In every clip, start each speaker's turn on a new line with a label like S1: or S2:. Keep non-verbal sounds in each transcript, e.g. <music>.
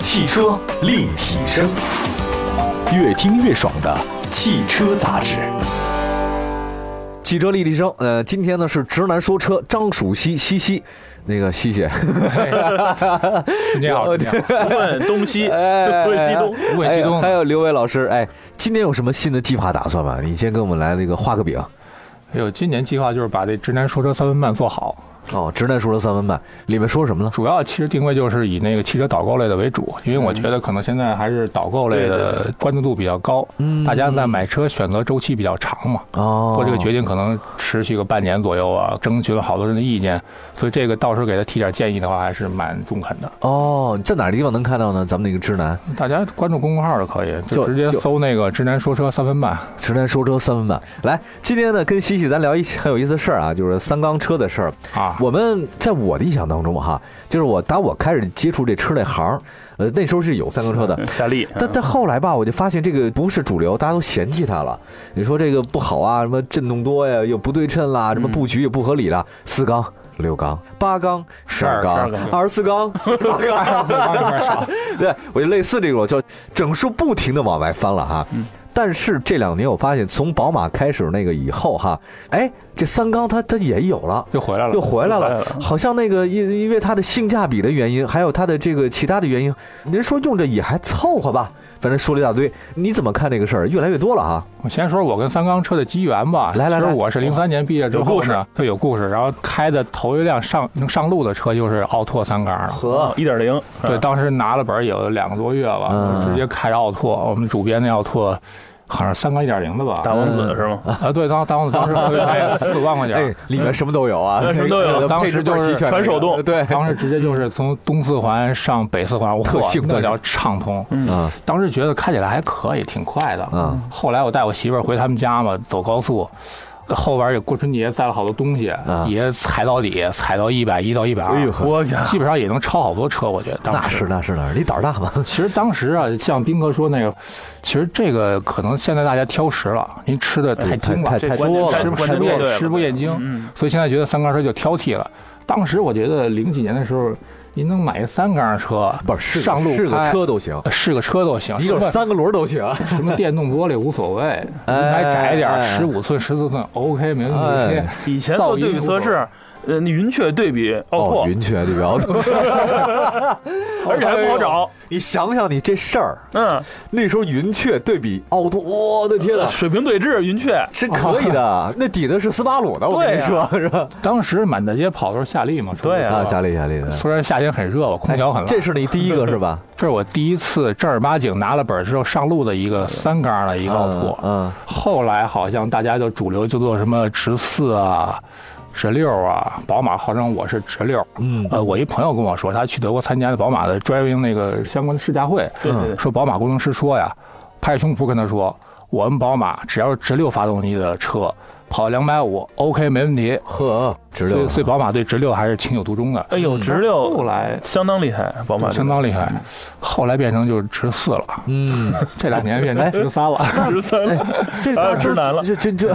S1: 汽车立体声，越听越爽的汽车杂志。
S2: 汽车立体声，呃，今天呢是直男说车，张曙曦西西，那个西西，
S3: 你好，你好，
S4: 不问东 <laughs> 西，不问西东。
S3: 无尾西东
S2: 哎还有刘伟老师，哎，今天有什么新的计划打算吗？你先跟我们来那个画个饼。
S3: 哎呦，今年计划就是把这直男说车三分半做好，
S2: 哦，直男说车三分半，里面说什么了？
S3: 主要其实定位就是以那个汽车导购类的为主，因为我觉得可能现在还是导购类的关注度比较高，
S2: 嗯
S3: 大家在买车选择周期比较长嘛，
S2: 哦，
S3: 做这个决定可能持续个半年左右啊，征询了好多人的意见，所以这个到时候给他提点建议的话，还是蛮中肯的。
S2: 哦，你在哪个地方能看到呢？咱们那个直男，
S3: 大家关注公众号就可以，
S2: 就
S3: 就直接
S2: 就
S3: 搜那个“直男说车三分半
S2: 直男说车三分半。来，今天呢跟西西咱聊一很有意思的事儿啊，就是三缸车的事儿。” <laughs>
S3: 啊。
S2: 我们在我的印象当中啊哈，就是我当我开始接触这车这行儿，呃，那时候是有嗯三缸车的，
S4: 夏利，
S2: 但但后来吧，我就发现这个不是主流，大家都嫌弃它了。你说这个不好啊，什么震动多呀，又不对称啦，什么布局也不合理啦，四缸。六缸、八缸、十二缸
S4: 12缸、
S2: 二十四 <laughs> 缸、八缸，对我就类似这种，就整数不停的往外翻了哈。但是这两年我发现，从宝马开始那个以后哈，哎，这三缸它它也有了，
S3: 又回来了，
S2: 又回来了
S4: 又回来，
S2: 好像那个因因为它的性价比的原因，还有它的这个其他的原因，人说用着也还凑合吧，反正说了一大堆。你怎么看这个事儿？越来越多了啊！
S3: 我先说我跟三缸车的机缘吧。
S2: 来来
S3: 其
S2: 来
S3: 实我是零三年毕业之
S4: 有
S3: 后
S4: 故事
S3: 呢，对，有故事。然后开的头一辆上能上路的车就是奥拓三缸
S4: 啊
S3: 了。
S2: 和
S4: 哦一点零，啊
S3: 对，当时拿了本儿也有两个多月吧，
S2: 嗯
S3: 我直接开着奥拓。我们主编那奥拓好像是三缸一点零的吧？
S4: 大王子是吗？
S3: 啊，对，当当
S2: <laughs>
S3: 当时我给开了四五万块钱
S2: 哎
S3: 儿。，
S2: 里面什么都有啊，
S4: 嗯什么都有
S2: 配
S3: 当时
S2: 置
S3: 就是
S2: 倍儿齐全
S4: 全手动
S2: 对，
S3: 当时直接就是从东四环上北四环，哇
S2: 特兴奋
S3: 那叫畅通。
S2: 嗯
S3: 当时觉得开起来还可以，挺快的。
S2: 嗯，
S3: 后来我带我媳妇儿回他们家嘛，走高速，后边儿也过春节载了好多东西，也踩到底，踩到一百一到一百
S2: 嗯哎呦
S3: 二，
S2: 呵
S4: 我靠
S3: 基本上也能超好多车，我觉得当
S2: 那
S3: 时
S2: 是那是那是，你胆儿大嘛？
S3: 其实当时啊，像斌哥说那个，其实这个可能现在大家挑食了，您吃的太精了，
S2: 哎太
S4: 这
S2: 太
S4: 观点
S2: 多了
S4: 太
S3: 吃不
S4: 观
S3: 吃
S4: 点
S3: 不
S4: 太对了
S3: 厌吃不厌精，
S4: 嗯，
S3: 所以现在觉得三缸车就挑剔了。当时我觉得零几年的时候，您能买一三缸车，
S2: <laughs> 不是是个
S3: 上路
S2: 是个
S3: 开
S2: 车都行，
S4: 啊
S3: 呃是个车都行，
S2: 你有
S3: 什么
S2: 三个轮儿都行。
S3: <laughs> 什么电动玻璃无所谓，
S2: 哎
S3: 轮胎窄一
S2: 哎哎
S3: 点，十五寸、十四寸，OK，没问题
S2: 哎。
S4: 以前做对比测试，呃，那云雀对比奥
S2: 哦，
S4: 拓，
S2: 云雀对摇头，
S4: <laughs> 而且还不好找，
S2: 你想想你这事儿，
S4: 嗯，
S2: 那时候云雀对比奥拓，我的天呐！啊
S4: 水平对峙云雀，
S3: 哦
S2: 是可以的，那底子是斯巴鲁的，我跟你
S3: 啊
S2: 说是吧？
S3: 当时满大街跑都是夏利嘛，
S4: 对啊
S3: 说
S2: 啊，
S3: 实话
S2: 夏利夏利的，
S3: 虽然夏天很热，我空调很冷。
S2: 哎这是你第一个
S3: <laughs>
S2: 是吧？
S3: 这是我第一次正儿八经拿了本儿之后上路的一个三缸的一个奥拓。
S2: 嗯，
S3: 后来好像大家就主流就做什么直四啊、直六啊，宝马号称我是直六。
S2: 嗯
S3: 呃，我一朋友跟我说，他去德国参加的宝马的 driving 那个相关的试驾会，
S4: 对对对，
S3: 说宝马工程师说呀，拍着胸脯跟他说，我们宝马只要是直六发动机的车，跑两百五 OK 没问题。
S2: 呵，直
S3: 所
S2: 流
S3: 以，所以宝马对直六还是情有独钟的。
S4: 哎呦，直
S3: 后
S4: 六
S3: 来
S4: 相当厉害，宝马
S3: 相当厉害，后来变成就是直四了，
S2: 嗯，
S3: 这两年变成直三了，
S4: 十三了，
S2: <laughs> 这
S4: 哎
S3: 呃
S4: 直男了
S2: 这这这，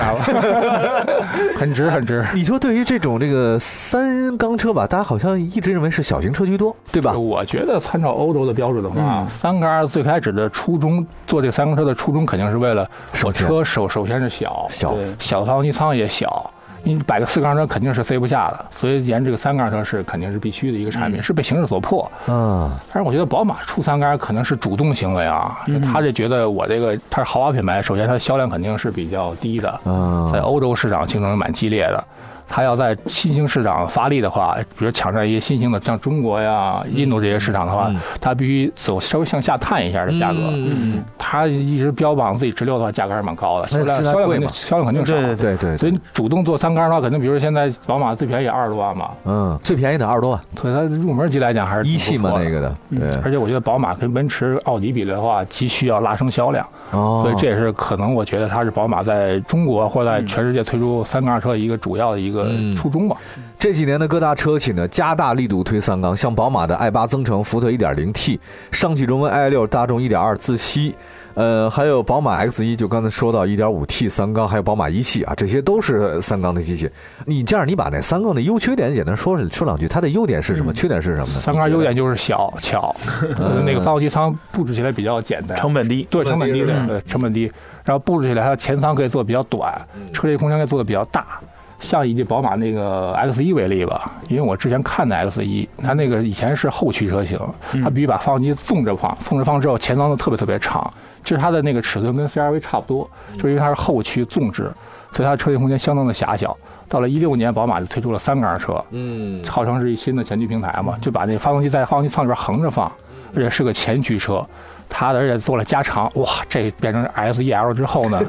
S3: <laughs> 很直很直。
S2: <laughs> 你说对于这种这个三缸车吧，大家好像一直认为是小型车居多，对吧？
S3: 我觉得参照欧洲的标准的话，三缸最开始的初衷做这三缸车的初衷肯定是为了
S2: 省
S3: 我
S2: 钱
S3: 车首首先是小，
S2: 小
S4: 对
S3: 小发动机舱也小。你摆个四缸车肯定是塞不下的，所以沿这个三缸车是肯定是必须的一个产品，是被形势所迫。
S2: 嗯，
S3: 但是我觉得宝马出三缸可能是主动行为啊，他就觉得我这个它是豪华品牌，首先它的销量肯定是比较低的，
S2: 嗯
S3: 在欧洲市场竞争蛮激烈的。它要在新兴市场发力的话，比如抢占一些新兴的，像中国呀、印度这些市场的话
S2: 嗯，
S3: 它必须走稍微向下探一下的价格。
S2: 嗯，
S3: 它一直标榜自己直六的话，价格还是蛮高的，
S2: 那
S3: 销量
S2: 质量
S3: 销量
S2: 贵
S3: 肯
S2: 嘛
S3: 定销量肯定少。
S4: 对对
S2: 对
S3: 所
S2: 对，对
S3: 以你主动做三缸的话，可能比如说现在宝马最便宜也二十多万嘛，
S2: 嗯，最便宜的二十多万，
S3: 所以它入门级来讲还是挺
S2: 一
S3: 不
S2: 系嘛
S3: 错的嗯
S2: 那。个的，对，
S3: 而且我觉得宝马跟奔驰、奥迪比的话，急需要拉升销量，
S2: 哦，
S3: 所以这也是可能我觉得它是宝马在中国或在全世界推出三缸车一个主要的一个个
S2: 嗯
S3: 初衷吧。
S2: 这几年的各大车企呢，加大力度推三缸，像宝马的 i 八增程、福特 1.0T、上汽荣威 i 6大众1.2自吸，呃，还有宝马 X 1就刚才说到 1.5T 三缸，还有宝马一系啊，这些都是三缸的机器。你这样，你把那三缸的优缺点简单说说两句，它的优点是什么，缺点是什么呢？
S3: 嗯三缸优点就是小
S2: <laughs>
S3: 巧，呃那个发动机舱布置起来比较简单，
S4: 成本低，
S3: 对成本低
S4: 是
S3: 的，
S4: 吧
S3: 对成本低。然后布置起来，它的前舱可以做的比较短，车内空间可以做的比较大。像以这宝马那个 X 1为例吧，因为我之前看的 X 1它那个以前是后驱车型，它必须把发动机纵着放，纵着放之后前舱都特别特别长，就是它的那个尺寸跟 CRV 差不多，就是因为它是后驱纵置，所以它的车内空间相当的狭小。到了一六年，宝马就推出了三缸车，
S2: 嗯
S3: 号称是一新的前驱平台嘛，就把那发动机在发动机舱里边横着放，
S2: 嗯
S3: 而且是个前驱车。它的而且做了加长，哇，这变成 S E L 之后
S2: <laughs>
S3: 呢，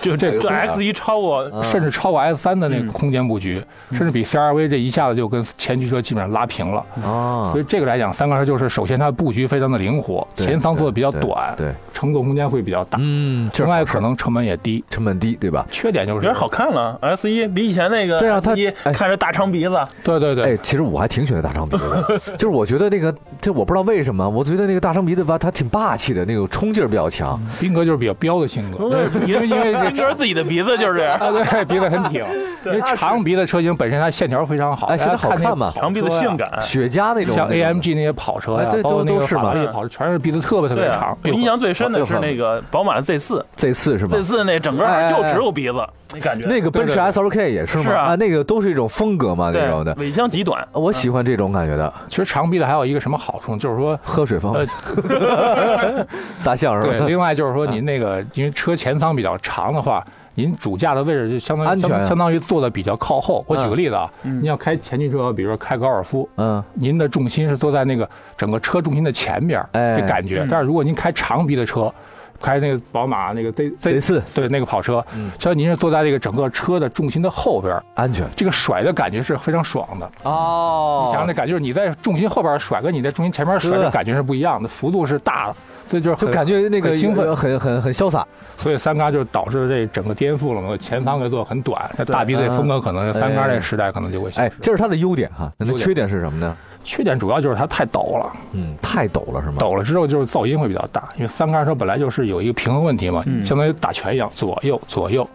S4: 就
S2: 哎
S4: 这这
S3: 啊
S4: X 一超过
S3: 哎甚至超过 S 三的那
S4: 嗯
S3: 个空间布局，
S2: 嗯
S3: 甚至比 C R V 这一下子就跟前驱车基本上拉平了。
S2: 啊
S3: 所以这个来讲，三缸车就是首先它的布局非常的灵活，
S2: 对
S3: 前舱做的比较
S2: 对
S3: 短，
S2: 对，
S3: 乘坐空间会比较大，
S2: 嗯，
S3: 另外可能成本也低。
S2: 成本低，对吧？
S3: 缺点就
S4: 我
S3: 是
S4: 觉得好，看了，S 一比以前那个
S2: 对啊它
S4: S 一
S2: 哎
S4: 看着大长鼻子，
S3: 对对
S2: 哎
S3: 对，，
S2: 其实我还挺喜欢大长鼻子的，就是我觉得那个，这我不知道为什么，我觉得那个大长鼻子吧，它挺霸气的，那个冲劲儿比较强。
S3: 斌哥就是比较彪的性
S2: 嗯
S3: 格，因为
S4: <laughs>
S3: 因为
S4: 斌哥自己的鼻子就是这样，
S3: 啊，对，鼻子很
S4: <laughs>
S3: 挺，因为长鼻子车型本身它线条非常好，
S2: 哎现在好
S3: 大家那
S2: 看吗
S3: 跑车呀
S4: 长鼻子性。感。
S2: 雪茄那
S3: 哎
S2: 种，
S3: 像
S2: 那种
S3: AMG 那些跑车呀
S2: 哎，对
S3: 包括
S2: 都
S3: 那个
S2: 都是嘛
S3: 法拉利跑车，全是鼻子特别特别
S4: 对
S3: 长哎
S4: 啊，。我印象最深的是那个宝马的 Z 四
S2: 这次是吧
S4: ，Z？四那整个
S2: 哎哎哎
S4: 就只有鼻子，你感觉
S2: 那个奔驰
S3: 对对
S2: S R K 也是吗？
S4: 是啊
S2: 那个都是一种风格嘛，那种
S4: 对
S2: 的。
S4: 尾箱极短，
S2: 我喜欢这种感觉的，
S3: 其实长鼻子还有一个什么好处，就是
S2: <laughs>
S3: 说，
S2: 喝水风
S3: 呃，
S2: <laughs> 大象是
S3: 对，
S2: 吧？
S3: 另外就是说您那个，因为车前舱比较长的话，您主驾的位置就相当
S2: 安
S3: 于
S2: 全啊
S3: 相相当于坐的比较靠后。我举个例子啊，
S4: 嗯
S3: 您要开前驱车，比如说开高尔夫，
S2: 嗯，
S3: 您的重心是坐在那个整个车重心的前边儿，
S2: 哎
S3: 这感觉
S4: 嗯。
S3: 但是如果您开长鼻的车，开那个宝马那个 Z
S2: 这
S3: Z
S2: 次
S3: 对，那个跑车
S2: 嗯，
S3: 所以您是坐在这个整个车的重心的后边儿，
S2: 安全
S3: 这个甩的感觉是非常爽的。
S2: 哦
S3: 你想想那感觉，就是你在重心后边甩，跟你在重心前面甩
S2: 对
S3: 的感觉是不一样的，幅度是大的，所以就是
S2: 就
S3: 很
S2: 感觉那个
S3: 很兴奋
S2: 呃很很很潇洒。
S3: 所以三缸就导致这整个颠覆了嘛，前舱给做得很短，这大鼻子
S2: 嗯
S3: 风格可能是三缸
S2: 哎
S3: 这时代可能就会消
S2: 哎
S3: 失。，
S2: 这是它的优点哈，那
S3: 优点
S2: 缺点是什么呢？
S3: 缺点主要就是它太陡了，
S2: 嗯，太陡了是吗？
S3: 陡了之后就是噪音会比较大，因为三缸车本来就是有一个平衡问题嘛，
S4: 嗯
S3: 相当于打拳一样，左右左右。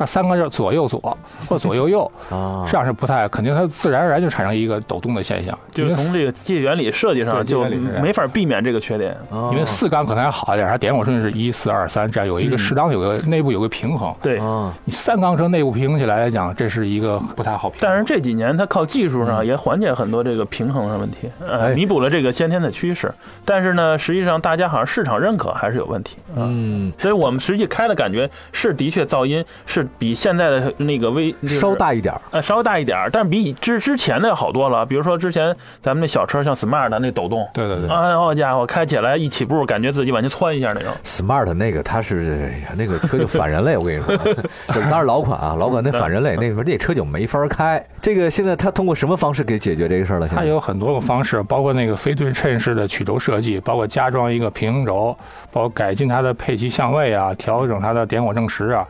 S3: 它三缸就是左右左或
S2: <laughs>
S3: 左右右，
S2: 啊
S3: 这，样是不太肯定，它自然而然就产生一个抖动的现象。
S4: 就是从
S3: <laughs>
S4: 这个机械原理设计上
S3: 对机
S4: 就
S3: 械原理是这样
S4: 没法避免这个缺点。
S2: 哦
S3: 啊因为四缸可能还好一点，它点火顺序是一四二三，这样有一个
S4: 嗯
S3: 适当有个内部有个平衡。
S4: 对，
S2: 啊，
S3: 你三缸车内部平衡起来来讲，这是一个不太好平衡。
S4: 但是这几年它靠技术
S3: 嗯
S4: 上也缓解很多这个平衡上问题，
S2: 哎
S4: 呃，弥补了这个先天的趋势。但是呢，实际上大家好像市场认可还是有问题。呃
S2: 嗯，
S4: 所以我们实际开的感觉是，的确噪音是比现在的那个微、就是
S2: 嗯稍，大一点儿
S4: 呃，稍大一点儿，但是比之之前的好多了。比如说之前咱们那小车像 smart 的那抖动，
S3: 对对对，
S4: 哎好家伙，开起来一起步感觉自己往前窜一下那种。
S2: ，smart 那个它是哎呀那个车就反人类，我跟你说， <laughs> 就是当然老款啊，老款那反人类，那个那车就没法开。这个现在它通过什么方式给解决这个事儿了？现
S3: 它
S2: 在
S3: 有很多个方式，包括那个非对称式的曲轴设计，包括加装一个平衡轴，包括改进它的配齐相位啊，调整它的点火正时啊。啊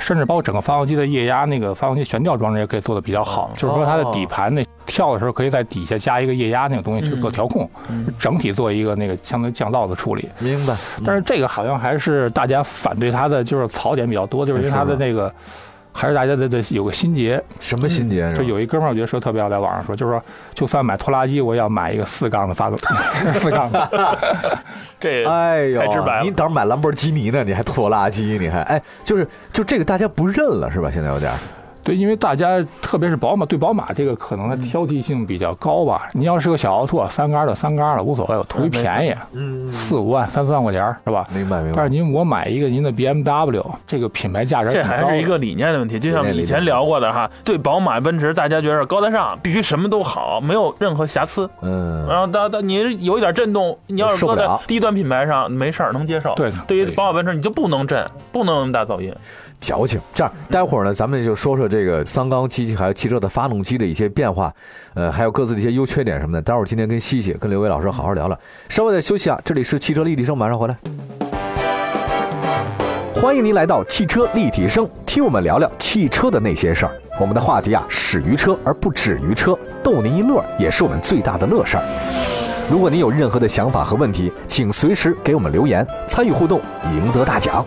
S3: 甚至包括整个发动机的液压，那个发动机悬吊装置也可以做的比较好，就是说它的底盘那跳的时候，可以在底下加一个液压那个东西去做调控，整体做一个那个相当于降噪的处理。
S2: 明白，嗯
S3: 但是这个好像还是大家反对它的，就是槽点比较多，就是因为它的那个，还是大家的的有个心结，
S2: 什么心结？
S3: 就有一哥们儿，我觉得说特别好，在网上说，就是说，就算买拖拉机，我也要买一个四缸的发动， <laughs> 四缸的。
S4: 这
S3: 啊
S2: 哎呦
S4: 太直白，了
S2: 你等会儿买兰博基尼呢，你还拖拉机，你还哎，就是就这个大家不认了是吧？现在有点儿
S3: 对，因为大家特别是宝马，对宝马这个可能它挑剔性比较高吧。你要是个小奥拓，三缸的三缸的无所谓，我图一便宜，嗯，四五万、三四万块钱儿是吧？
S2: 明白明
S3: 但是
S2: 白。
S3: 您我买一个您的 BMW，这个品牌价值
S4: 这
S3: 挺
S4: 还
S3: 高的
S4: 是一个理念的问题，就像我们以前聊过的哈，对宝马、奔驰，大家觉得高大上，必须什么都好，没有任何瑕疵。然
S2: 嗯，
S4: 后到到你有一点震动，你要是
S2: 受不
S4: 搁在
S2: 了
S4: 低端品牌上没事儿能接受。
S3: 对
S4: 对于
S3: 对
S4: 宝马奔驰你就不能震，不能那么大噪音。
S2: 矫情。这样，待会儿呢，咱们就说说这个三缸机器还有汽车的发动机的一些变化，呃，还有各自的一些优缺点什么的。待会儿今天跟西西、跟刘伟老师好好聊聊。稍微再休息啊，这里是汽车立体声，马上回来。欢迎您来到汽车立体声，听我们聊聊汽车的那些事儿。我们的话题啊，始于车而不止于车，逗您一乐儿也是我们最大的乐事儿。如果您有任何的想法和问题，请随时给我们留言，参与互动，赢得大奖。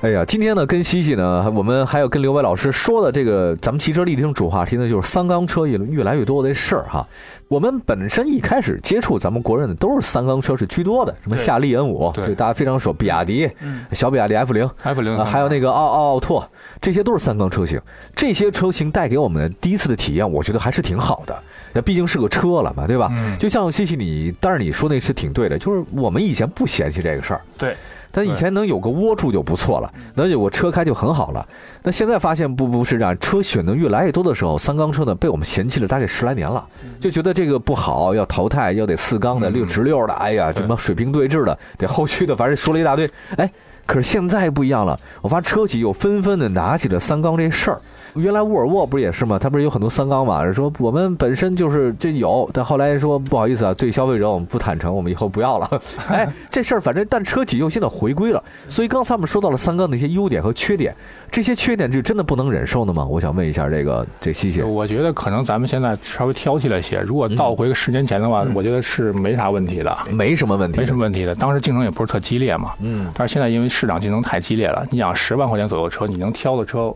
S2: 哎呀，今天呢，跟西西呢，我们还有跟刘伟老师说的这个咱们汽车立体声主话题呢，就是三缸车越越来越多的事儿哈。我们本身一开始接触咱们国人的都是三缸车是居多的，什么
S4: 对
S2: 夏利 N 五，
S3: 对嗯
S2: 这大家非常熟，比亚迪、
S4: 嗯
S2: 小比亚迪 F 零，
S3: F 零
S2: 啊，还有那个奥奥奥拓，这些都是三缸车型。这些车型带给我们第一次的体验，我觉得还是挺好的。那毕竟是个车了嘛，对吧？
S3: 嗯
S2: 就像西西你，但是你说那是挺对的，就是我们以前不嫌弃这个事儿，
S4: 对，
S2: 但以前能有个窝住就不错了，能有个车开就很好了。那现在发现不不是这样，车选的越来越多的时候，三缸车呢被我们嫌弃了大概十来年了，就觉得这个不好，要淘汰，要得四缸的、
S3: 嗯
S2: 六直六的，哎呀，
S3: 对
S2: 什么水平对置的， <laughs> 得后驱的，反正说了一大堆。哎，可是现在不一样了，我发现车企又纷纷的拿起了三缸这事儿。原来沃尔沃不是也是吗？它不是有很多三缸嘛？说我们本身就是这有，但后来说不好意思啊，对消费者我们不坦诚，我们以后不要了。 <laughs> 哎，这事儿反正但车企又现在回归了，所以刚才我们说到了三缸的一些优点和缺点，这些缺点是真的不能忍受的吗？我想问一下这个这西西，
S3: 我觉得可能咱们现在稍微挑剔了一些，如果倒回十年前的话，
S2: 嗯
S3: 我觉得是没啥问题的，
S2: 没什么问题，
S3: 没什么问题的。当时竞争也不是特激烈嘛，
S2: 嗯，
S3: 但是现在因为市场竞争太激烈了，你想十万块钱左右的车，你能挑的车，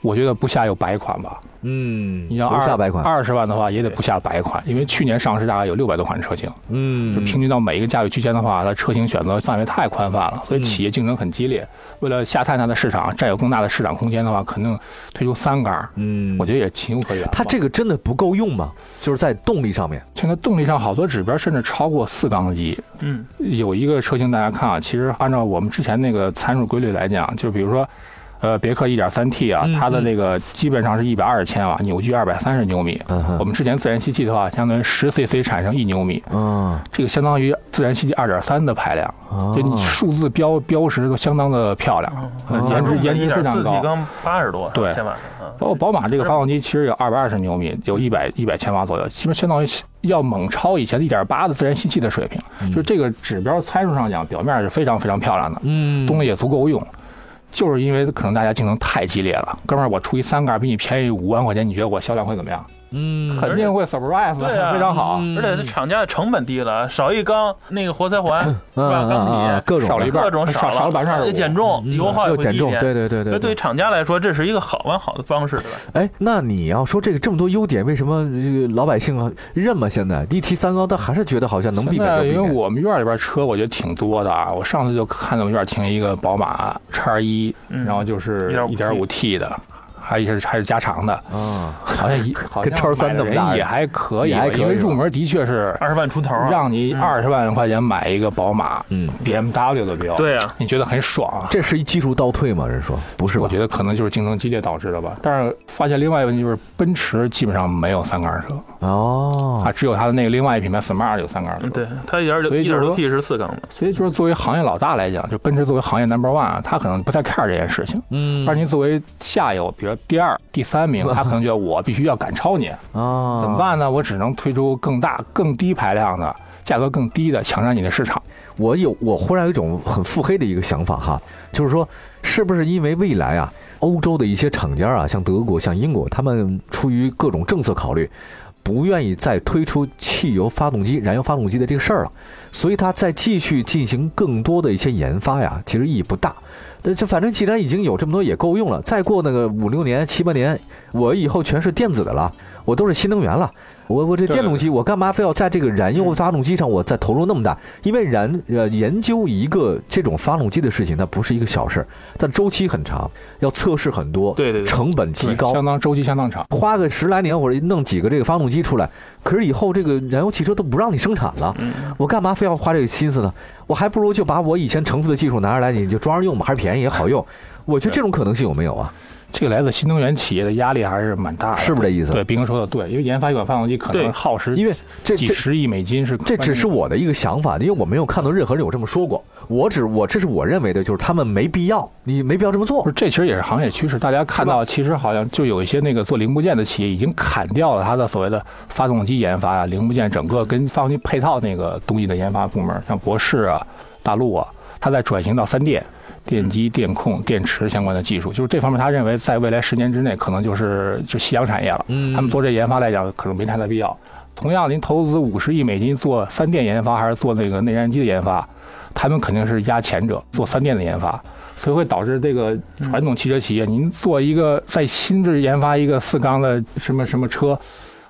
S3: 我觉得不下有百款吧。
S2: 嗯，
S3: 你要
S2: 不
S3: 二
S2: 下百款，
S3: 二十万的话，也得不下百款，因为去年上市大概有六百多款车型，就
S2: 嗯，
S3: 平均到每一个价位区间的话，它车型选择范围太宽泛了，
S2: 嗯
S3: 所以企业竞争很激烈。为了下探它的市场，占有更大的市场空间的话，肯定推出三缸，
S2: 嗯，
S3: 我觉得也情有可原吧。
S2: 它这个真的不够用吗？就是在动力上面，
S3: 现在动力上好多指标甚至超过四缸机，
S4: 嗯
S3: 有一个车型大家看啊，其实按照我们之前那个参数规律来讲，就比如说，呃，别克 1.3T 啊
S4: 嗯，
S3: 它的那个基本上是一百二十千瓦，扭矩二百三十牛米。
S2: 嗯
S3: 我
S2: 哼，
S3: 们之前自然吸气的话，相当于十 cc 产生一牛米，
S2: 嗯，
S3: 这个相当于自然吸气二点三的排量，
S2: 哦
S3: 就你数字标标识都相当的漂亮，呃颜
S2: 哦
S3: 值颜
S4: 一
S3: 值非
S4: 点
S3: 常
S4: 四 T
S3: 高。
S4: 缸八十多，
S3: 对
S4: 千瓦啊，
S3: 包括宝马这个发动机其实有二百二十牛米，有一百一百千瓦左右，其实相当于要猛超以前一点八的自然吸气的水平。就这个指标参数上讲，表面是非常非常漂亮的，
S2: 嗯，
S3: 东西也足够用。就是因为可能大家竞争太激烈了，哥们儿，我出一三杆儿比你便宜五万块钱，你觉得我销量会怎么样？
S2: 嗯，
S3: 肯定会 surprise，
S4: 对啊
S3: 非常好。
S2: 嗯
S4: 而且这厂家的成本低了，少一缸那个活塞环是
S2: 嗯
S4: 吧？
S2: 嗯嗯
S4: 钢
S2: 嗯各种
S3: 少了一
S4: 铁
S3: 半
S4: 各种
S3: 少少了百分之二十五
S4: 减重、
S2: 嗯
S4: 油耗也
S2: 又
S4: 会
S2: 减
S4: 低一
S2: 重，
S4: 点。
S2: 对对对
S4: 所以
S2: 对，
S4: 对于厂家来说，这是一个好完好的方式，对吧？
S2: 哎，那你要说这个这么多优点，为什么这个老百姓啊认吗？现在一提三高，他还是觉得好像能避免就
S3: 那
S2: 避
S3: 因为
S2: 免。
S3: 我们院里边车我觉得挺多的啊，我上次就看到我们院停一个宝马叉一，
S4: 嗯
S3: 然后就是一点五 T 的，还是还是加长的，
S2: 啊，
S3: 好像一好像
S2: 跟叉三那么大
S3: 买的人也还可以
S2: 也
S3: 吧，
S2: 还可以
S3: 因为
S2: 吧哦
S3: 入门的确是
S4: 二十万出头啊，
S3: 让你二十万块钱买一个宝马、
S2: 嗯，
S3: BMW 的标，
S4: 对啊，
S3: 你觉得很爽啊？
S2: 这是一技术倒退吗？人说不是吧？
S3: 我觉得可能就是竞争激烈导致的吧。但是发现另外一个问题就是，奔驰基本上没有三缸车
S2: 得哦，
S3: 啊，只有它的那个另外一品牌 Smart 有三缸车。
S4: 嗯对，它一点
S3: 所
S4: 六
S3: 以
S4: 一
S3: 就
S4: 点
S3: 是说
S4: 六 T 是四缸的，
S3: 所以就是作为行业老大来讲，就奔驰作为行业 number one，他可能不太 care 这件事情。
S2: 嗯
S3: 但是您作为下游，比如第二、第三
S2: <laughs>
S3: 名，他可能觉得我必须要赶超你，
S2: 啊，
S3: 怎么？办呢？我只能推出更大、更低排量的。价格更低的抢占你的市场，
S2: 我有我忽然有一种很腹黑的一个想法哈，就是说，是不是因为未来啊，欧洲的一些厂家啊，像德国、像英国，他们出于各种政策考虑，不愿意再推出汽油发动机、燃油发动机的这个事儿了，所以它再继续进行更多的一些研发呀，其实意义不大。但这反正既然已经有这么多也够用了，再过那个五六年、七八年，我以后全是电子的了，我都是新能源了。我我这
S3: 对
S2: 电动机，我干嘛非要在这个燃油发动机上我再投入那么大？因为燃呃研究一个这种发动机的事情，它不是一个小事儿，但周期很长，要测试很多，
S4: 对对对
S2: 成本极
S3: 对
S2: 高，
S3: 相当周期相当长。
S2: 花个十来年或者弄几个这个发动机出来，可是以后这个燃油汽车都不让你生产了，
S4: 嗯，
S2: 我干嘛非要花这个心思呢？我还不如就把我以前成熟的技术拿出来，你就装着用吧，还是便宜也好用。我觉得这种可能性有没有啊？
S3: 这个来自新能源企业的压力还是蛮大的，
S2: 是不是这意思？
S3: 哎对，斌哥说的对，因为研发一款发动机可
S4: 对
S3: 能耗时
S2: 因为这
S3: 几
S2: 这
S3: 十亿美金是
S2: 这只是我的一个想法，因为我没有看到任何人有这么说过。我只我这是我认为的，就是他们没必要，你没必要这么做
S3: 不是，这其实也是行业趋势。大家看到，其实好像就有一些那个做零部件的企业已经砍掉了它的所谓的发动机研发啊，零部件整个跟发动机配套那个东西的研发部门，像博世啊、大陆啊，它在转型到三电、电机、电控、电池相关的技术，就是这方面，他认为在未来十年之内，可能就是就夕阳产业了。
S2: 嗯
S3: 他们做这研发来讲，可能没太大必要。同样，您投资五十亿美金做三电研发，还是做那个内燃机的研发，他们肯定是压前者做三电的研发，所以会导致这个传统汽车企业，您做一个在新制研发一个四缸的什么什么车，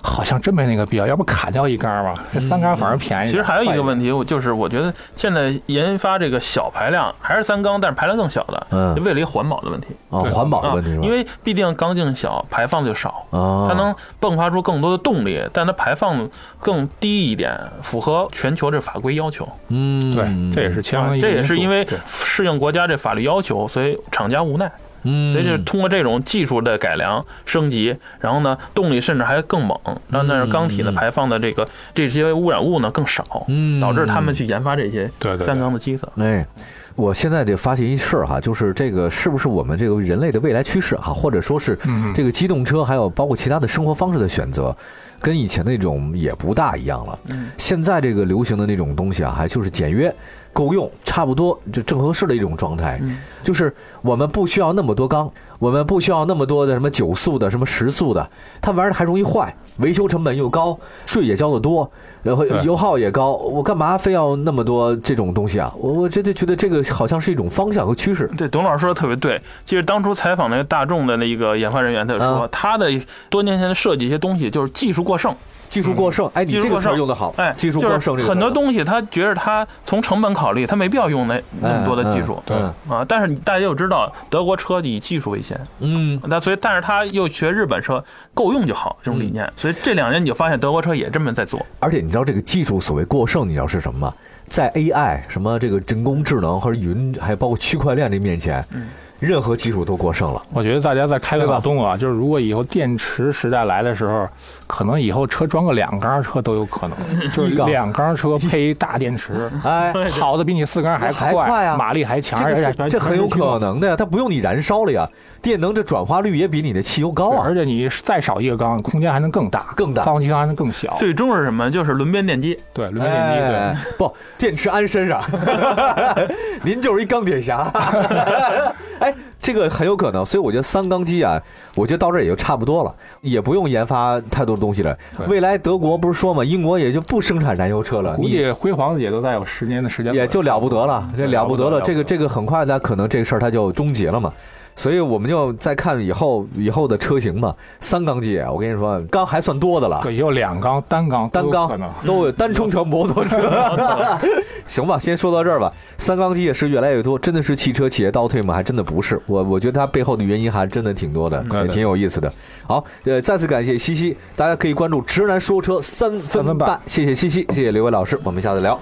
S3: 好像真没那个必要，要不砍掉一缸吧，这三缸反而便
S4: 嗯
S3: 宜点。
S4: 其实还有一个问
S3: 题，
S4: 题，我就是我觉得现在研发这个小排量还是三缸，但是排量更小的，
S2: 嗯
S4: 就为了一环保的问题
S2: 啊，环保的
S4: 啊
S2: 问题是吧？
S4: 因为毕竟缸径小，排放就少。
S2: 啊，
S4: 它能迸发出更多的动力，但它排放更低一点，符合全球这法规要求。
S2: 嗯，
S3: 对，这也是其中
S4: 啊
S3: 的一个
S4: 这也
S3: 因素
S4: 是因为
S3: 对
S4: 适应国家这法律要求，所以厂家无奈，
S2: 嗯，
S4: 所以就是通过这种技术的改良升级，然后呢，动力甚至还更猛，让那钢体呢
S2: 嗯
S4: 排放的这个这些污染物呢更少，
S2: 嗯
S4: 导致他们去研发这些
S3: 对对对
S4: 三缸的机子。
S2: 哎，我现在这发现一事儿哈，就是这个是不是我们这个人类的未来趋势哈，或者说是
S3: 嗯嗯
S2: 这个机动车，还有包括其他的生活方式的选择，跟以前那种也不大一样了。
S4: 嗯，
S2: 现在这个流行的那种东西啊，还就是简约、够用，差不多就正合适的一种状态。
S4: 嗯
S2: 就是我们不需要那么多缸，我们不需要那么多的什么九速的、什么十速的，它玩意儿还容易坏，维修成本又高，税也交得多，然后
S3: 对
S2: 油耗也高，我干嘛非要那么多这种东西啊？我我真的觉得这个好像是一种方向和趋势。
S4: 对，董老师说的特别对。其实当初采访那个大众的那个研发人员，他就说、
S2: 嗯
S4: 他的多年前设计一些东西就是技术过剩，
S2: 技术过剩，哎，你
S4: 嗯技术
S2: 这个
S4: 过
S2: 词儿
S4: 剩
S2: 用的好，
S4: 哎，
S2: 技术过剩
S4: 就
S2: 这
S4: 是
S2: 个
S4: 很多
S2: 词儿
S4: 东西，他觉得他从成本考虑，他没必要用那那么多的技术。
S2: 嗯嗯
S4: 啊，但是你大家又知道，德国车以技术为先，
S2: 嗯，
S4: 那所以，但是他又学日本车够用就好这种理念，所以这两年你就发现德国车也这么在做。
S2: 而且你知道这个技术所谓过剩，你知道是什么吗？在 AI 什么这个人工智能或者云，还有包括区块链这面前，
S4: 嗯
S2: 任何技术都过剩了。
S3: 我觉得大家在开个
S2: 对吧
S3: 脑洞啊，就是如果以后电池时代来的时候，可能以后车装个两缸车都有
S2: <laughs>
S3: 可能，就是
S2: 一缸
S3: 两缸车配一大电
S2: <laughs>
S3: 池，
S2: 哎，
S3: 跑的比你四缸还
S2: 还快啊
S3: 马力还强，
S2: 这
S3: 而
S2: 个
S3: 且
S2: 是这很有可。能的呀，它不用你燃烧了呀，电能这转化率也比你的汽油高
S3: 对
S2: 啊。
S3: 而且你再少一个缸，空间还能更大，
S2: 更大
S3: 发动机缸还能更小。
S4: 最终是什么？就是轮边电机。
S3: 对，轮变电机对。
S2: 哎不，电池安身上， <laughs> 您就是一钢铁侠。 <laughs> 哎，这个很有可能，所以我觉得三缸机啊，我觉得到这儿也就差不多了，也不用研发太多东西了。
S3: 对
S2: 未来德国不是说嘛，英国也就不生产燃油车了，
S3: 估
S2: 你
S3: 计辉煌也都在有十年的时间左右，
S2: 哎也就了不得了，这
S3: 对
S2: 了
S3: 了
S2: 不
S3: 不
S2: 得
S3: 得
S2: 了，
S3: 了
S2: 这个这个很快它可能这个事儿它就终结了嘛。所以我们就再看以后以后的车型嘛，三缸机，我跟你说，缸还算多的了，
S3: 对，也有两缸、单缸、
S2: 单
S3: 可能
S2: 缸。都有单冲程
S3: <laughs>
S2: 摩托车。 <laughs> 行吧，先说到这儿吧。三缸机也是越来越多，真的是汽车企业倒退吗？还真的不是。我我觉得它背后的原因还真的挺多的，
S3: 嗯对
S2: 也
S3: 对
S2: 挺有意思的。好，呃，再次感谢西西，大家可以关注“直男说车三
S3: 三
S2: 分
S3: 分半
S2: 半”，谢谢西西，谢谢刘伟老师，我们下次聊，